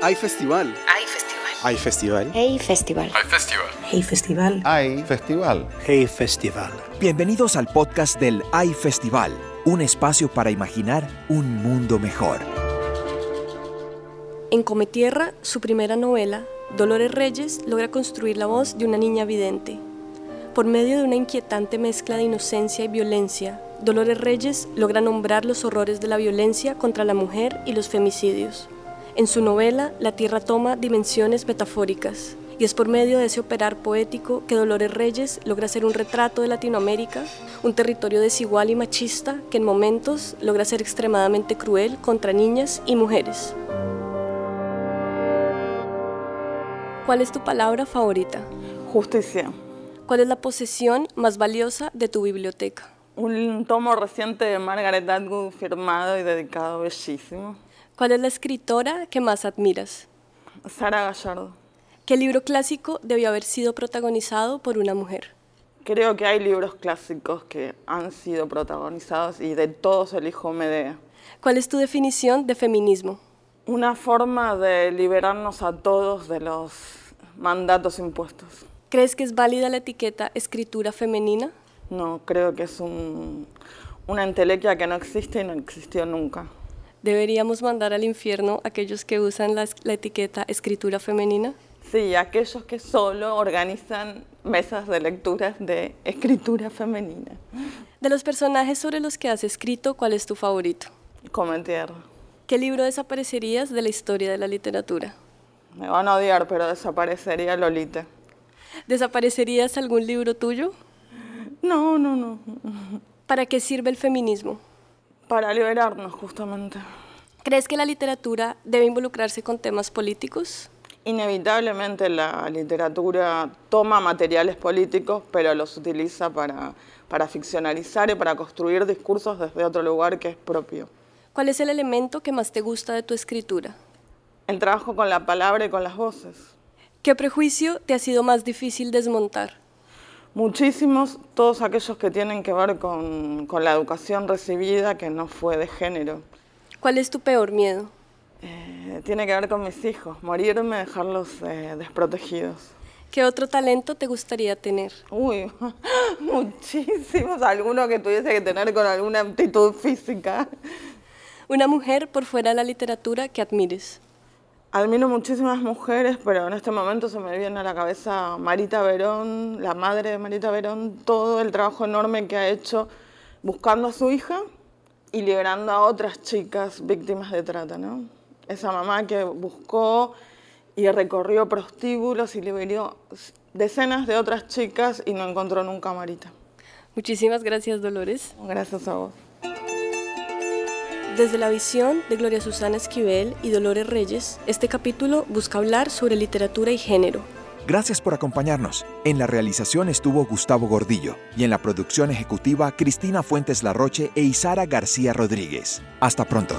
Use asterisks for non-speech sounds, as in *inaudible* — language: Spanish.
Hay festival. Hay festival. Hay festival. Hey Festival. Hay festival. Hey Festival. Hay festival. Hey Festival. Bienvenidos al podcast del Hay Festival, un espacio para imaginar un mundo mejor. En Cometierra, su primera novela, Dolores Reyes logra construir la voz de una niña vidente. Por medio de una inquietante mezcla de inocencia y violencia, Dolores Reyes logra nombrar los horrores de la violencia contra la mujer y los femicidios. En su novela, la tierra toma dimensiones metafóricas, y es por medio de ese operar poético que Dolores Reyes logra hacer un retrato de Latinoamérica, un territorio desigual y machista que en momentos logra ser extremadamente cruel contra niñas y mujeres. ¿Cuál es tu palabra favorita? Justicia. ¿Cuál es la posesión más valiosa de tu biblioteca? Un tomo reciente de Margaret Atwood firmado y dedicado, bellísimo. ¿Cuál es la escritora que más admiras? Sara Gallardo. ¿Qué libro clásico debió haber sido protagonizado por una mujer? Creo que hay libros clásicos que han sido protagonizados y de todos elijo Medea. ¿Cuál es tu definición de feminismo? una forma de liberarnos a todos de los mandatos impuestos. ¿Crees que es válida la etiqueta escritura femenina? No, creo que es un, una entelequia que no existe y no existió nunca. ¿Deberíamos mandar al infierno a aquellos que usan la, la etiqueta escritura femenina? Sí, aquellos que solo organizan mesas de lecturas de escritura femenina. De los personajes sobre los que has escrito, ¿cuál es tu favorito? Comentierra. ¿Qué libro desaparecerías de la historia de la literatura? Me van a odiar, pero desaparecería Lolita. ¿Desaparecerías algún libro tuyo? No, no, no. ¿Para qué sirve el feminismo? Para liberarnos, justamente. ¿Crees que la literatura debe involucrarse con temas políticos? Inevitablemente la literatura toma materiales políticos, pero los utiliza para, para ficcionalizar y para construir discursos desde otro lugar que es propio. ¿Cuál es el elemento que más te gusta de tu escritura? El trabajo con la palabra y con las voces. ¿Qué prejuicio te ha sido más difícil desmontar? Muchísimos, todos aquellos que tienen que ver con, con la educación recibida que no fue de género. ¿Cuál es tu peor miedo? Eh, tiene que ver con mis hijos, morirme, dejarlos eh, desprotegidos. ¿Qué otro talento te gustaría tener? Uy, *laughs* muchísimos, alguno que tuviese que tener con alguna aptitud física. Una mujer por fuera de la literatura que admires. Admiro muchísimas mujeres, pero en este momento se me viene a la cabeza Marita Verón, la madre de Marita Verón, todo el trabajo enorme que ha hecho buscando a su hija y liberando a otras chicas víctimas de trata. ¿no? Esa mamá que buscó y recorrió prostíbulos y liberó decenas de otras chicas y no encontró nunca a Marita. Muchísimas gracias, Dolores. Gracias a vos. Desde la visión de Gloria Susana Esquivel y Dolores Reyes, este capítulo busca hablar sobre literatura y género. Gracias por acompañarnos. En la realización estuvo Gustavo Gordillo y en la producción ejecutiva Cristina Fuentes Larroche e Isara García Rodríguez. Hasta pronto.